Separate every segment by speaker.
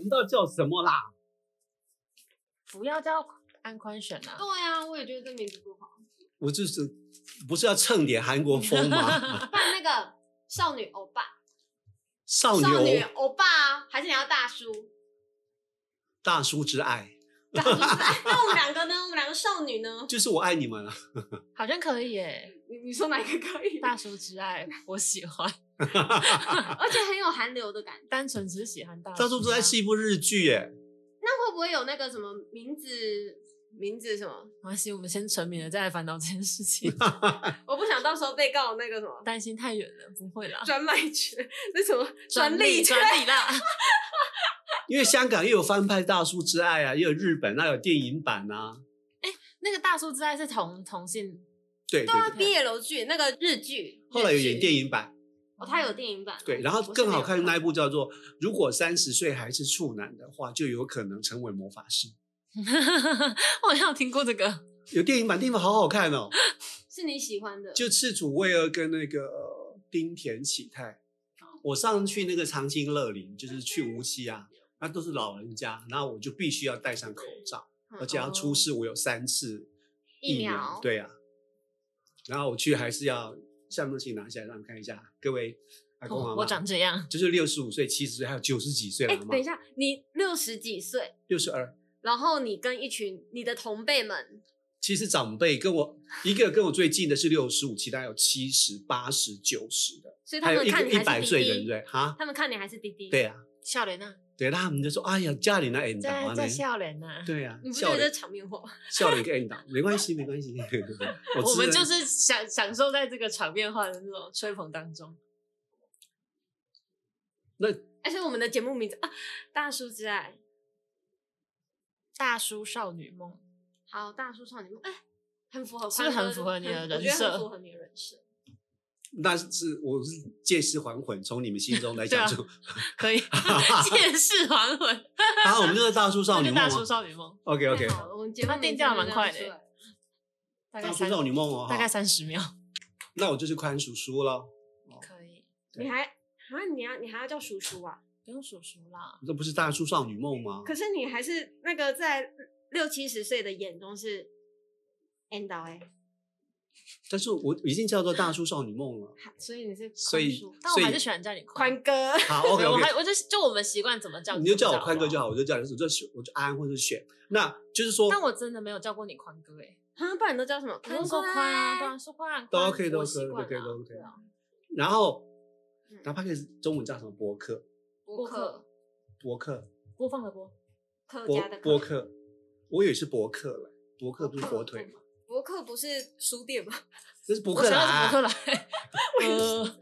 Speaker 1: 们到底叫什么啦？
Speaker 2: 不要叫安宽选啊！
Speaker 3: 对啊，我也觉得这名字不好。
Speaker 1: 我就是不是要蹭点韩国风 吗？
Speaker 3: 办那个少女欧巴，
Speaker 1: 少
Speaker 3: 少女
Speaker 1: 女
Speaker 3: 欧巴啊，还是你要大叔？
Speaker 1: 大叔之爱，
Speaker 3: 大叔是爱那我们两个呢？我们两个少女呢？
Speaker 1: 就是我爱你们啊！
Speaker 2: 好像可以耶，
Speaker 3: 你你说哪一个可以？
Speaker 2: 大叔之爱，我喜欢，
Speaker 3: 而且很有韩流的感觉。
Speaker 2: 单纯只是喜欢大叔啊。
Speaker 1: 大叔之爱是一部日剧耶，
Speaker 3: 那会不会有那个什么名字？名字什么？
Speaker 2: 没关系，我们先沉迷了再来烦恼这件 事情，
Speaker 3: 我不想到时候被告那个什么
Speaker 2: 担心太远了，不会 啦，
Speaker 3: 专卖权，那什么专利
Speaker 2: 利
Speaker 3: 权
Speaker 2: 专？利啦，
Speaker 1: 因为香港也有翻拍《大叔之爱》啊，也有日本那有电影版啊。
Speaker 2: 那个大叔之爱是同同性，
Speaker 1: 对对
Speaker 3: 对啊
Speaker 1: 对，
Speaker 3: ，BL 剧那个日剧，
Speaker 1: 后来有演电
Speaker 3: 影
Speaker 1: 影版，
Speaker 3: 哦，它有电影版。
Speaker 1: 对，然后
Speaker 3: 我是
Speaker 1: 更
Speaker 3: 没
Speaker 1: 好
Speaker 3: 有
Speaker 1: 看的那一部叫做《如果三十岁还是处男的话，就有可能成为魔法师》。
Speaker 2: 我好像有听过这个，
Speaker 1: 有电影版，电影版好好看哦，
Speaker 3: 是你喜欢的，
Speaker 1: 就赤楚卫二跟那个呃丁田启泰。
Speaker 3: 哦
Speaker 1: 我上去那个长青乐林，就是去无锡啊，那都是老人家，然后我就必须要戴上口罩，
Speaker 3: 嗯
Speaker 1: 而且要出示我有三次
Speaker 3: 疫
Speaker 1: 苗，
Speaker 3: 苗
Speaker 1: 对啊。然后我去还是要相东西拿下来让看一下，各位阿公阿
Speaker 2: 我我
Speaker 1: 妈，
Speaker 2: 长这样，
Speaker 1: 就是六十五岁、七十岁还有九十几岁了
Speaker 3: 哦哎、
Speaker 1: 好吗
Speaker 3: 等一？下，你六十几岁，
Speaker 1: 六十二。
Speaker 3: 然后你跟一群你的同辈们，
Speaker 1: 其实长辈跟我一个跟我最近的是六十五，其他有七十八十九十的，
Speaker 3: 所以他
Speaker 1: 还有
Speaker 3: 们
Speaker 1: 一个
Speaker 3: 看你
Speaker 1: 一
Speaker 3: 还
Speaker 1: 百
Speaker 3: 是
Speaker 1: 岁
Speaker 3: 滴
Speaker 1: 的，对不
Speaker 3: 滴，
Speaker 1: 对？哈，
Speaker 3: 他们看你还是滴滴。，
Speaker 1: 对啊，
Speaker 2: 笑脸呐，
Speaker 1: 对，那他们就说：“哎呀，家里那 N 档
Speaker 2: 在
Speaker 1: 啊呢
Speaker 2: 在，笑脸呐，
Speaker 1: 对啊
Speaker 3: 你，不觉
Speaker 1: 笑
Speaker 3: 得这
Speaker 1: 脸
Speaker 3: 场面话？
Speaker 1: 笑脸跟 N 档，没关系，没关系。 我
Speaker 2: 我
Speaker 1: 知
Speaker 2: 们
Speaker 1: 道
Speaker 2: 就是享享受在这个场面化的那种吹捧当 中。
Speaker 3: 而且我们的节目名字啊，大叔之爱，
Speaker 2: 大叔少女梦，
Speaker 3: 好，大叔少女梦，哎、很符合
Speaker 2: 是
Speaker 3: 宽
Speaker 2: 不
Speaker 3: 哥，
Speaker 2: 是很符合你的
Speaker 3: 很我
Speaker 2: 人
Speaker 3: 觉得很
Speaker 2: 设
Speaker 3: 符合你的人设。
Speaker 1: 那是我是借尸还魂，从你们心中来
Speaker 2: 啊
Speaker 1: 讲出，
Speaker 2: 可以借势还魂，
Speaker 1: 然后我们就是大叔少
Speaker 2: 那
Speaker 1: 女
Speaker 2: 就
Speaker 1: 梦
Speaker 2: 大叔
Speaker 1: 啊
Speaker 2: 少女梦，
Speaker 1: ，OK OK，
Speaker 3: 太好了，我们节目
Speaker 2: 他定
Speaker 3: 名称
Speaker 2: 调
Speaker 3: 就
Speaker 2: 蛮
Speaker 3: 这样
Speaker 2: 快
Speaker 3: 出
Speaker 2: 的
Speaker 3: 来
Speaker 2: 大
Speaker 1: 大
Speaker 2: 概
Speaker 1: 叔
Speaker 2: 三
Speaker 1: 少女梦哦，
Speaker 2: 大概
Speaker 1: 哈
Speaker 2: 三十秒，
Speaker 1: 那我就是宽叔叔喽，
Speaker 2: 可以，
Speaker 3: 你还啊，你要你还要叫叔叔啊？
Speaker 2: 不用数数啦。
Speaker 1: 这不是大叔少女梦吗？
Speaker 3: 可是你还是那个在六七十岁的眼中是 end 到哎，
Speaker 1: 但是我已经叫做大叔少女梦了，
Speaker 3: 所以你是
Speaker 1: 所以
Speaker 3: 宽叔
Speaker 2: 但我
Speaker 1: 所
Speaker 2: 还
Speaker 1: 以
Speaker 2: 是喜欢叫你宽，
Speaker 3: 宽哥。
Speaker 1: 好 OK
Speaker 2: 对我
Speaker 1: OK，
Speaker 2: 还我就是就我们习惯怎么叫
Speaker 1: 你就叫我
Speaker 2: 怎么
Speaker 1: 宽哥就
Speaker 2: 好。
Speaker 1: 好，我就叫你，我就选，我就安或者选。那就是说，
Speaker 2: 但我真的没有叫过你宽哥哎，
Speaker 3: 啊，不然都叫什么？
Speaker 2: 我问过宽啊，当然是宽，
Speaker 1: 都
Speaker 2: 宽
Speaker 1: OK，都
Speaker 2: 我
Speaker 1: OK，
Speaker 2: 习惯
Speaker 1: 都 OK，
Speaker 2: 啦
Speaker 1: 都 OK
Speaker 2: 对啊
Speaker 1: 然后
Speaker 3: 嗯，
Speaker 1: 哪怕可以中文叫什么博客，
Speaker 3: 播客，
Speaker 1: 博客，
Speaker 2: 播放的播，
Speaker 3: 客
Speaker 1: 博
Speaker 3: 家的
Speaker 1: 博
Speaker 3: 客。
Speaker 1: 客，我以为是博客了，博
Speaker 2: 哦
Speaker 1: 客不是
Speaker 3: 博
Speaker 1: 火
Speaker 3: 客
Speaker 1: 腿吗？
Speaker 3: 博客不是书店吗？
Speaker 1: 这是博
Speaker 2: 我
Speaker 1: 客
Speaker 2: 想到是博客
Speaker 1: 啦，
Speaker 2: 来，呃，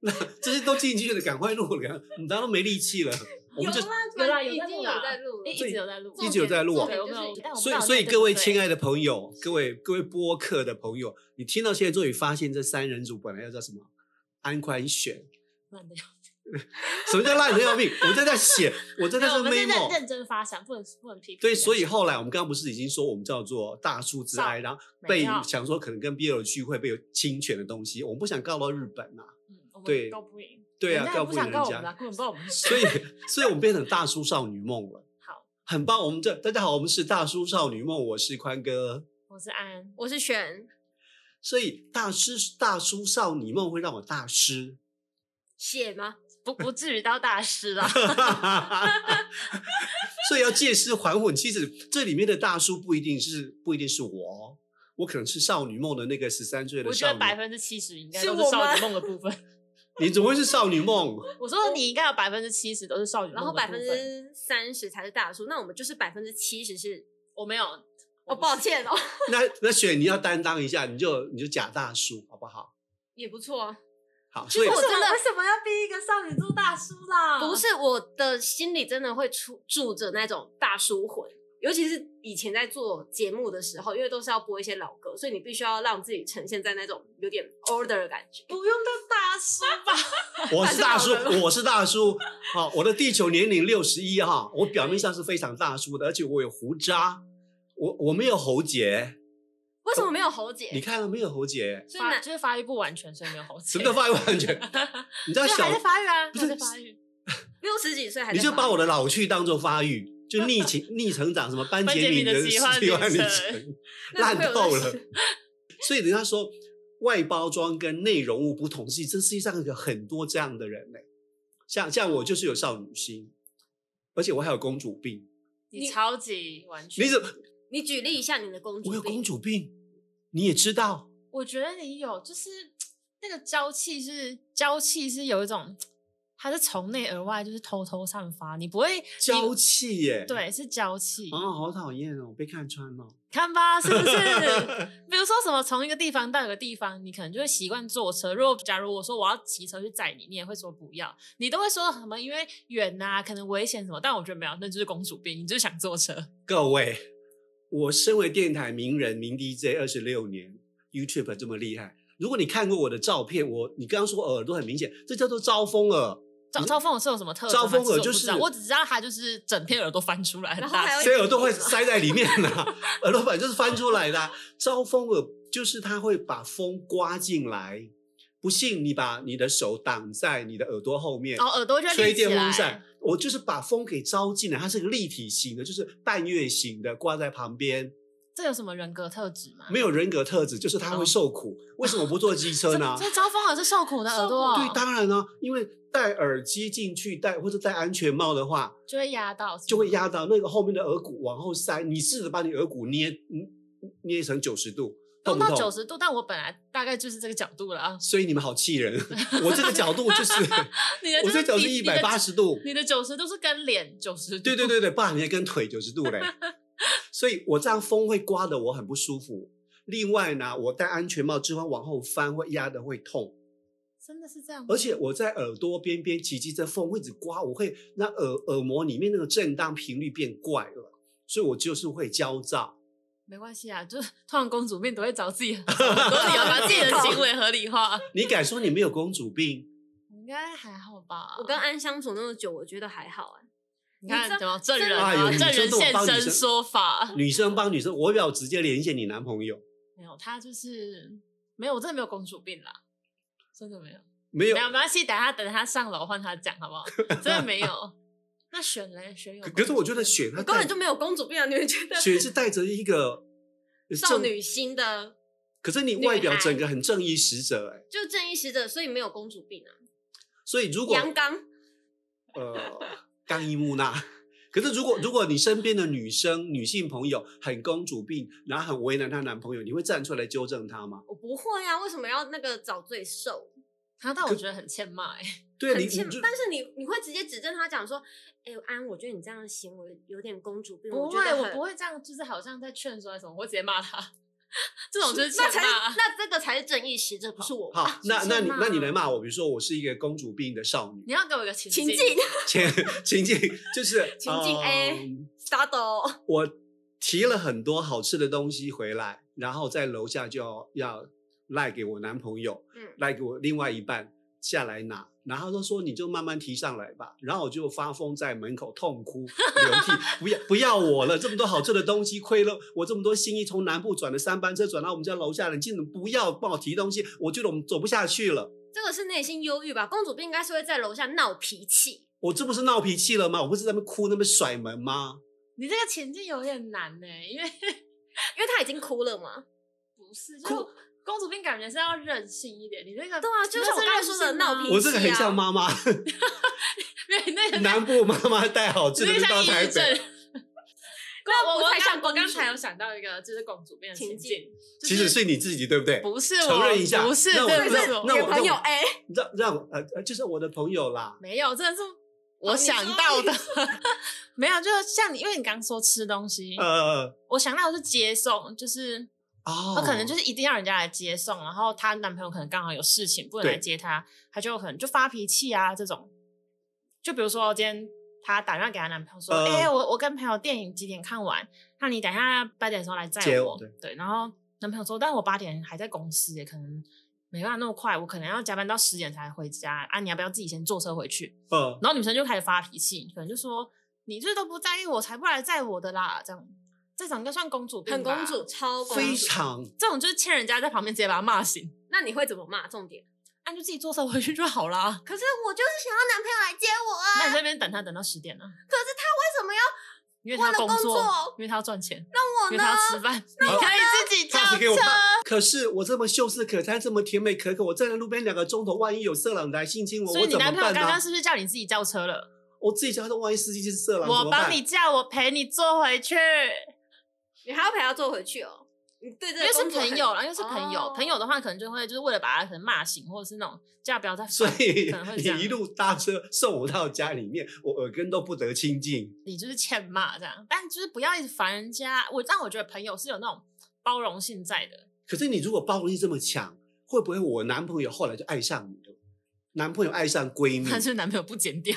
Speaker 1: 那这些都进去了，赶快录了，你当都没力气 了，我们就。
Speaker 3: 有
Speaker 2: 有啊啦有
Speaker 3: 已
Speaker 2: 在
Speaker 3: 经
Speaker 2: 录
Speaker 3: 有
Speaker 2: 啦
Speaker 3: 在录了
Speaker 2: 一。直有在录，
Speaker 1: 呃一直有在录啊
Speaker 3: 重点
Speaker 2: 对，我
Speaker 3: 就
Speaker 2: 没有
Speaker 3: 是，
Speaker 2: 但我不知
Speaker 1: 所以，
Speaker 2: 道
Speaker 1: 所以
Speaker 2: 对
Speaker 1: 各
Speaker 2: 不
Speaker 1: 位
Speaker 2: 对
Speaker 1: 亲爱的朋友，各位各位播客的朋友，你听到现在终于发现这三人组本来要叫什么？安宽选，
Speaker 2: 慢 的
Speaker 1: 什么叫烂人要命？我正在写，我正在
Speaker 2: 对，
Speaker 1: 做
Speaker 2: 我们是
Speaker 1: memo，
Speaker 2: 认认真发想，不能不能批评
Speaker 1: 对，
Speaker 2: 人家。
Speaker 1: 所以后来我们刚刚不是已经说我们叫做大叔之爱，然后被
Speaker 2: 没有啊
Speaker 1: 想说可能跟 BL 剧会被有侵权的东西，我们不想告到日本啊，
Speaker 2: 嗯我
Speaker 1: 对
Speaker 2: 们告不赢，
Speaker 1: 对啊
Speaker 2: 人，家
Speaker 1: 告
Speaker 2: 也
Speaker 1: 不
Speaker 2: 不
Speaker 1: 赢
Speaker 2: 想
Speaker 1: 人
Speaker 2: 告我们
Speaker 1: 家，
Speaker 2: 啦，根本不知道我 们是
Speaker 1: 所以
Speaker 2: 谁。
Speaker 1: 所以我们变成大叔少女梦了。
Speaker 2: 好，
Speaker 1: 很棒，我们这大家好，我们是大叔少女梦，我是宽哥。
Speaker 2: 我是安，
Speaker 3: 我是璇，
Speaker 1: 所以大师大叔少女梦会让我大师，
Speaker 3: 写吗？
Speaker 2: 不不至于到大 师啦。
Speaker 1: 所以要借尸还魂。其实这里面的大叔不一定是不一定是我哦，我可能是少女梦的那个十三岁的
Speaker 2: 我觉
Speaker 1: 少
Speaker 2: 得百
Speaker 1: 女，
Speaker 2: 分之七十应该
Speaker 3: 是
Speaker 2: 都
Speaker 3: 我
Speaker 2: 是少
Speaker 3: 吗
Speaker 2: 女梦的部分。
Speaker 1: 你怎么会是少女梦？
Speaker 2: 我说你应该有百分之七十都是少女梦的
Speaker 3: 然
Speaker 2: 部
Speaker 3: 后
Speaker 2: 分，
Speaker 3: 百分之三十才是大叔，那我们就是百分之七十是
Speaker 2: 我没有，
Speaker 3: 哦，
Speaker 2: 我
Speaker 3: 抱歉哦，
Speaker 1: 那那雪你要担当一下，你就你就假大叔好不好？
Speaker 3: 也不错啊。
Speaker 1: 好，所以
Speaker 3: 我真的
Speaker 2: 为什么要逼一个少女做大叔啦？
Speaker 3: 不，是我的心里真的会出住着那种大叔魂，尤其是以前在做节目的时候，因为都是要播一些老歌，所以你必须要让自己呈现在那种有点 older 的感觉。
Speaker 2: 不用到大叔吧？
Speaker 1: 我是大叔
Speaker 3: 还是老人，
Speaker 1: 我是大叔。好，我的地球年龄六十一哈，我表面上是非常大叔的，而且我有胡渣，我我没有喉结，
Speaker 3: 为什么没有喉结？
Speaker 1: 你看了没有喉结？
Speaker 3: 所以
Speaker 2: 发
Speaker 3: 男
Speaker 2: 就是发育不完全，所以没有好
Speaker 1: 什么叫发育完全？你知道
Speaker 2: 就
Speaker 1: 小
Speaker 2: 还在发育啊，
Speaker 1: 不是
Speaker 2: 还在发育。
Speaker 3: 六十几岁还在
Speaker 1: 你就把我的
Speaker 3: 发育
Speaker 1: 老去当做发育，就逆情逆成长，什么班
Speaker 2: 班
Speaker 1: 杰
Speaker 2: 杰
Speaker 1: 明
Speaker 2: 明的
Speaker 1: 人
Speaker 2: 奇
Speaker 1: 奇
Speaker 2: 幻旅
Speaker 1: 幻旅
Speaker 2: 程
Speaker 1: 程，
Speaker 3: 那
Speaker 1: 烂
Speaker 3: 会有
Speaker 1: 透
Speaker 3: 那
Speaker 1: 了
Speaker 3: 是。
Speaker 1: 所以人家说外包装跟内容物不同，是这世界上有很多这样的人呢、像像我就是有少女心，而且我还有公主病。
Speaker 2: 你超级完全，
Speaker 1: 你怎么
Speaker 3: 你举例一下你的公主
Speaker 1: 我有
Speaker 3: 病
Speaker 1: 公主病？你也知道，
Speaker 2: 我觉得你有，就是那个娇气是娇气是有一种，它是从内而外就是偷偷散发，你不会你
Speaker 1: 娇气耶、
Speaker 2: 对是娇气，
Speaker 1: 啊、好讨厌哦，被看穿了。
Speaker 2: 看吧是不是？ 比如说什么从一个地方到一个地方，你可能就会习惯坐车。如果假如我说我要骑车去载你，你也会说不要，你都会说什么因为远呐、可能危险什么。但我觉得没有，那就是公主病，你就是想坐车。
Speaker 1: 各位，我身为电台名人名 DJ 二十六年，YouTube 这么厉害，如果你看过我的照片，我你刚刚说耳朵很明显，这叫做招风耳。
Speaker 2: 赵赵凤耳是有什么特征
Speaker 1: 赵
Speaker 2: 吗？
Speaker 1: 凤
Speaker 2: 其实
Speaker 1: 耳
Speaker 2: 我
Speaker 1: 就
Speaker 2: 不知
Speaker 1: 是
Speaker 2: 道我只知道她就是整片耳朵翻出来，很
Speaker 3: 然后
Speaker 2: 大
Speaker 3: 还
Speaker 2: 声
Speaker 3: 会
Speaker 1: 谁耳朵会塞在里面呢、耳朵本来就是翻出来的啊、招风耳就是它会把风刮进来。不信你把你的手挡在你的耳朵后面，
Speaker 2: 然哦后耳朵就会
Speaker 1: 吹
Speaker 2: 立起
Speaker 1: 电
Speaker 2: 来
Speaker 1: 风扇，我就是把风给招进来。它是个立体型的，就是半月形的，挂在旁边，
Speaker 2: 这有什么人格特质吗？
Speaker 1: 没有人格特质，就是它会
Speaker 2: 哦
Speaker 1: 受苦。为什么不坐机 车呢
Speaker 2: 所？以招风耳是受苦的耳朵哦，
Speaker 1: 对，当然呢，因为戴耳机进去戴或者戴安全帽的话，
Speaker 2: 就会压到，
Speaker 1: 就会压到那个后面的耳骨往后塞。你试着把你耳骨捏捏成九十度，痛
Speaker 2: 弄
Speaker 1: 不
Speaker 2: 到
Speaker 1: 痛？
Speaker 2: 九十度。但我本来大概就是这个角度了啊，
Speaker 1: 所以你们好气人， 我这个角度就是
Speaker 2: 你的
Speaker 1: 我这
Speaker 2: 就是
Speaker 1: 个角度
Speaker 2: 你
Speaker 1: 是一百八，十度
Speaker 2: 你的，你的九十度是跟脸九十度，
Speaker 1: 对对对对，爸，你还跟腿九十度嘞，所以我这样风会刮得我很不舒服。另外呢，我戴安全帽之后往后翻会压得会痛，
Speaker 2: 真的是这样吗。
Speaker 1: 而且我在耳朵边边起鸡这风会一直刮，我会让耳耳膜里面那个震荡频率变怪了，所以我就是会焦躁。
Speaker 2: 没关系啊，就是通常公主病都会找自己 很多理由把自己的行为合理化。
Speaker 1: 你敢说你没有公主病？
Speaker 2: 应该还好吧？
Speaker 3: 我跟
Speaker 1: 啊
Speaker 3: 安相处那么久，我觉得还好啊。
Speaker 2: 你看
Speaker 3: 你知道
Speaker 2: 怎么证人
Speaker 1: 哎呦
Speaker 2: 啊，
Speaker 1: 你
Speaker 2: 证
Speaker 1: 真
Speaker 2: 人
Speaker 1: 的我
Speaker 2: 现
Speaker 1: 帮你
Speaker 2: 身
Speaker 1: 生
Speaker 2: 说法。
Speaker 1: 女生帮女生，我表直接连线你男朋友，
Speaker 2: 没有，他就是没有，我真的没有公主病啦，真的没有。
Speaker 1: 没有
Speaker 2: 没有，没关系，等他等他上楼换他讲 好不好？真的没有。那选嘞，选有
Speaker 1: 可
Speaker 2: 公主病。
Speaker 1: 可是我觉得选他
Speaker 3: 我根本
Speaker 1: 带
Speaker 3: 就没有公主病啊！你们觉得
Speaker 1: 选是带着一个
Speaker 3: 少
Speaker 1: 正，
Speaker 3: 女心的
Speaker 1: 可是你
Speaker 3: 女
Speaker 1: 外表
Speaker 3: 孩
Speaker 1: 整个很正义使者哎、
Speaker 3: 就正义使者，所以没有公主病啊。
Speaker 1: 所以如果
Speaker 3: 阳刚，
Speaker 1: 呃刚一木讷，可是如果如果你身边的女生女性朋友很公主病，然后很为难她男朋友，你会站出来纠正她吗？
Speaker 3: 我不会啊，为什么要那个找罪受？
Speaker 2: 他，但我觉得很欠骂哎、
Speaker 1: 对，啊你
Speaker 3: 很
Speaker 1: 你
Speaker 3: 欠
Speaker 1: 就，
Speaker 3: 但是你你会直接指正他讲说，哎、安，我觉得你这样的行为有点公主病，
Speaker 2: 不
Speaker 3: 觉
Speaker 2: 会，
Speaker 3: 得
Speaker 2: 我
Speaker 3: 很
Speaker 2: 不会这样，就是好像在劝说还是什么，我会直接骂他。这种就是欠
Speaker 3: 那才是
Speaker 2: 骂。
Speaker 3: 那这个才是正义使者，不是我。
Speaker 1: 好
Speaker 3: 啊，
Speaker 1: 那那你那你来
Speaker 3: 来
Speaker 1: 骂我，比如说我是一个公主病的少女，
Speaker 2: 你要给我一个情
Speaker 3: 情
Speaker 2: 境，
Speaker 3: 境
Speaker 1: 情情境就是
Speaker 3: 情境 A
Speaker 1: 嗯
Speaker 3: start
Speaker 1: 我提了很多好吃的东西回来，然后在楼下就要要赖给我男朋友，
Speaker 3: 嗯，
Speaker 1: 赖给我另外一半下来拿。然后他就说你就慢慢提上来吧，然后我就发疯在门口痛哭流涕，不要不要我了，这么多好吃的东西亏了我这么多心意，从南部转了三班车转到我们家楼下了，你竟然不要帮我提东西，我觉得我们走不下去了。
Speaker 3: 这个是内心忧郁吧？公主病应该是会在楼下闹脾气，
Speaker 1: 我这不是闹脾气了吗？我不是在那边哭那边甩门吗？
Speaker 2: 你这个情境有点难呢、因为
Speaker 3: 因为她已经哭了嘛。
Speaker 2: 不是，就公主病感觉是要任性一点。你那个
Speaker 3: 对啊就是
Speaker 2: 那
Speaker 3: 我刚才说的
Speaker 2: 任性吗
Speaker 3: 闹脾气
Speaker 1: 我这个很
Speaker 2: 啊
Speaker 1: 像妈 妈，
Speaker 2: 因为你那个
Speaker 1: 南部妈妈带好吃
Speaker 2: 只
Speaker 1: 的
Speaker 2: 是
Speaker 1: 到
Speaker 2: 像抑
Speaker 1: 台
Speaker 2: 郁
Speaker 1: 北
Speaker 2: 症。。
Speaker 3: 那
Speaker 2: 我
Speaker 3: 不
Speaker 2: 我
Speaker 3: 太像
Speaker 2: 刚我
Speaker 3: 公
Speaker 2: 刚
Speaker 3: 主
Speaker 2: 才有想到一个就是公主病的情
Speaker 3: 情
Speaker 2: 境，就
Speaker 1: 其实是你自己，对不对？
Speaker 2: 不是
Speaker 1: 承
Speaker 2: 我
Speaker 1: 认一下
Speaker 2: 不是
Speaker 1: 那我
Speaker 2: 对不
Speaker 1: 那
Speaker 2: 是我
Speaker 1: 那
Speaker 3: 女
Speaker 1: 我
Speaker 3: 朋友
Speaker 1: 我
Speaker 3: A，
Speaker 1: 让让我呃，呃就是我的朋友啦。
Speaker 2: 没有，真的是哦我
Speaker 3: 你
Speaker 2: 想
Speaker 3: 说
Speaker 2: 到的， 没有，就是像你，因为你刚说吃东西，
Speaker 1: 呃，
Speaker 2: 我想到的是接送，就是
Speaker 1: 哦，
Speaker 2: 她可能就是一定要人家来接送，然后她男朋友可能刚好有事情不能来
Speaker 1: 对
Speaker 2: 接她，她就可能就发脾气啊这种。就比如说今天她打电话给她男朋友说：“
Speaker 1: 呃
Speaker 2: 哎、我我跟朋友电影几点看完？那你等一下八点的时候来载
Speaker 1: 接
Speaker 2: 我。
Speaker 1: 我对
Speaker 2: 对，然后男朋友说：“但我八点还在公司耶，可能没办法那么快，我可能要加班到十点才回家啊，你要不要自己先坐车回去？”
Speaker 1: 呃，
Speaker 2: 然后女生就开始发脾气，可能就说：“你这都不在意我，才不来载我的啦！”这样，这种应该算公主病
Speaker 3: 很
Speaker 2: 吧，
Speaker 3: 公主，超公
Speaker 1: 非
Speaker 3: 主。
Speaker 1: 常
Speaker 2: 这种就是欠人家在旁边直接把他骂醒。
Speaker 3: 那你会怎么骂？重点
Speaker 2: 那、你就自己坐车回去就好啦。
Speaker 3: 可是我就是想要男朋友来接我啊！
Speaker 2: 那你在那边等他等到十点呢、
Speaker 3: 可是他为什么要
Speaker 2: 因为他要
Speaker 3: 为了工
Speaker 2: 作，
Speaker 3: 作
Speaker 2: 因为他要赚钱，
Speaker 3: 让我
Speaker 2: 因为他要吃
Speaker 3: 呢？
Speaker 2: 饭，你可以自己叫
Speaker 1: 他是给我
Speaker 2: 车。
Speaker 1: 爸。可是我这么秀色可餐，这么甜美可口，我站在路边两个钟头，万一有色狼来性侵我，
Speaker 2: 所以
Speaker 1: 我
Speaker 2: 你
Speaker 1: 怎么
Speaker 2: 男朋友
Speaker 1: 办呢、
Speaker 2: 刚刚是不是叫你自己叫车了？
Speaker 1: 我自己想说，万一司机是色狼，怎
Speaker 2: 我
Speaker 1: 么
Speaker 2: 帮
Speaker 1: 办？
Speaker 2: 你叫，我陪你坐回去。
Speaker 3: 你还要陪他坐回去哦？你对这
Speaker 2: 因
Speaker 3: 个
Speaker 2: 为是
Speaker 3: 工作很
Speaker 2: 朋友啦，因为是朋友，
Speaker 3: 哦
Speaker 2: 朋友的话可能就会就是为了把他可能骂醒，或者是那种叫他不要再烦，
Speaker 1: 所以
Speaker 2: 可能会这样
Speaker 1: 你一路搭车送我到家里面，我耳根都不得清净。
Speaker 2: 你就是欠骂这样，但就是不要一直烦人家。我但我觉得朋友是有那种包容性在的，
Speaker 1: 可是你如果包容力这么强，会不会我男朋友后来就爱上你了？男朋友爱上闺蜜，
Speaker 2: 但是男朋友不检点，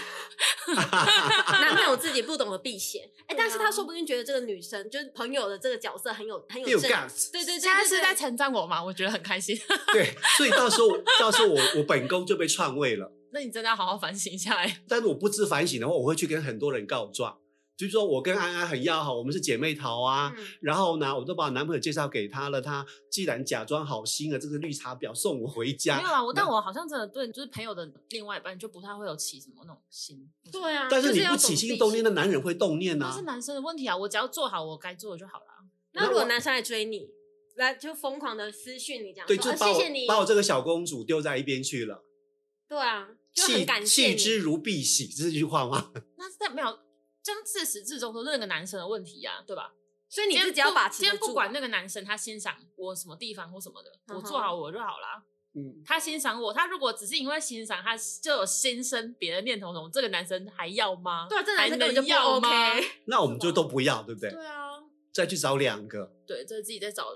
Speaker 3: 男朋友自己不懂得避嫌，
Speaker 2: 对
Speaker 3: 哎、
Speaker 2: 啊
Speaker 3: 但是他说不定觉得这个女生就是朋友的这个角色很有很有
Speaker 1: 有
Speaker 3: 正
Speaker 1: guts
Speaker 3: 对对对
Speaker 2: 现在是在
Speaker 3: 对
Speaker 2: 称赞我吗？我觉得很开心。
Speaker 1: 对，所以到时候到时候我我本宫就被篡位了。
Speaker 2: 那你真的要好好反省一下哎、
Speaker 1: 但是我不知反省的话，我会去跟很多人告状，就是说我跟安安很要好，我们是姐妹淘啊。
Speaker 3: 嗯
Speaker 1: 然后呢，我都把我男朋友介绍给她了，她既然假装好心了，这个绿茶婊送我回家
Speaker 2: 没
Speaker 3: 啊
Speaker 2: 有。啦，我但我好像真的对就是朋友的另外一半就不太会有起什么那种心，
Speaker 3: 对啊，
Speaker 1: 但
Speaker 3: 就是
Speaker 1: 你
Speaker 3: 要
Speaker 1: 不
Speaker 3: 懂
Speaker 1: 起
Speaker 3: 避
Speaker 1: 心
Speaker 3: 嫌
Speaker 1: 动念，那男人会动念
Speaker 2: 那
Speaker 1: 啊
Speaker 2: 是。男生的问题啊。我只要做好我该做的就好了。
Speaker 3: 那如果男生来追你，来就疯狂的私讯你讲说，
Speaker 1: 对，就
Speaker 3: 呃
Speaker 1: 把
Speaker 3: 谢
Speaker 1: 我
Speaker 3: 谢你，
Speaker 1: 把我这个小公主丢在一边去了，
Speaker 3: 对啊，就很
Speaker 1: 弃
Speaker 3: 感谢
Speaker 1: 弃
Speaker 3: 你。
Speaker 1: 之如敝屣，这是句话吗？
Speaker 2: 那是在没有，这样自始至终都是那个男生的问题呀、对吧？
Speaker 3: 所以你
Speaker 2: 今天
Speaker 3: 自己要
Speaker 2: 不
Speaker 3: 把持
Speaker 2: 今天
Speaker 3: 得住
Speaker 2: 不管
Speaker 3: 啊
Speaker 2: 那个男生他欣赏我什么地方或什么的，我
Speaker 3: 嗯哼
Speaker 2: 做好我就好啦。
Speaker 1: 嗯，
Speaker 2: 他欣赏我，他如果只是因为欣赏，他就有心生别的念头，那种这个男生还要吗？
Speaker 3: 对啊，这男生根
Speaker 2: 还
Speaker 3: 本就
Speaker 2: 能
Speaker 3: 不
Speaker 2: 要吗
Speaker 3: OK。
Speaker 1: 那我们就都不要，对不对？
Speaker 2: 对啊，
Speaker 1: 再去找两个，
Speaker 2: 对，这自己再找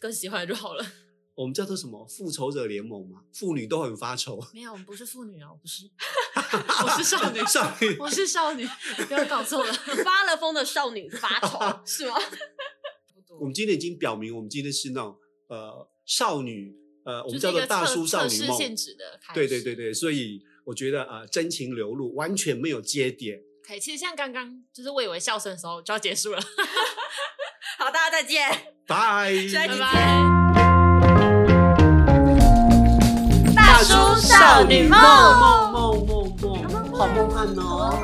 Speaker 2: 更喜欢的就好了。
Speaker 1: 我们叫做什么复仇者联盟嘛，妇女都很发愁，，
Speaker 2: 没有，我们不是妇女啊，我不是，我是少女
Speaker 1: 少 女。
Speaker 2: 我是少女，不要搞错了。
Speaker 3: 发了疯的少女发 愁 是吗？
Speaker 1: 我们今天已经表明，我们今天是那种呃少女，呃，我
Speaker 2: 就
Speaker 1: 们
Speaker 2: 是
Speaker 1: 叫
Speaker 2: 一
Speaker 1: 做
Speaker 2: 个
Speaker 1: 大
Speaker 2: 测
Speaker 1: 叔少
Speaker 2: 测
Speaker 1: 女
Speaker 2: 试
Speaker 1: 梦。
Speaker 2: 限制的开始，
Speaker 1: 对对对对，所以我觉得啊、呃真情流露完全没有接 点。
Speaker 2: 可以，其实像刚刚，就是我以为笑声的时候就要结束 了，
Speaker 3: 好，大家再见。
Speaker 1: 拜
Speaker 3: 下
Speaker 2: 拜
Speaker 3: 一 集
Speaker 2: 拜。
Speaker 1: 大
Speaker 3: 叔少女梦
Speaker 1: 梦梦梦梦，好梦幻哦。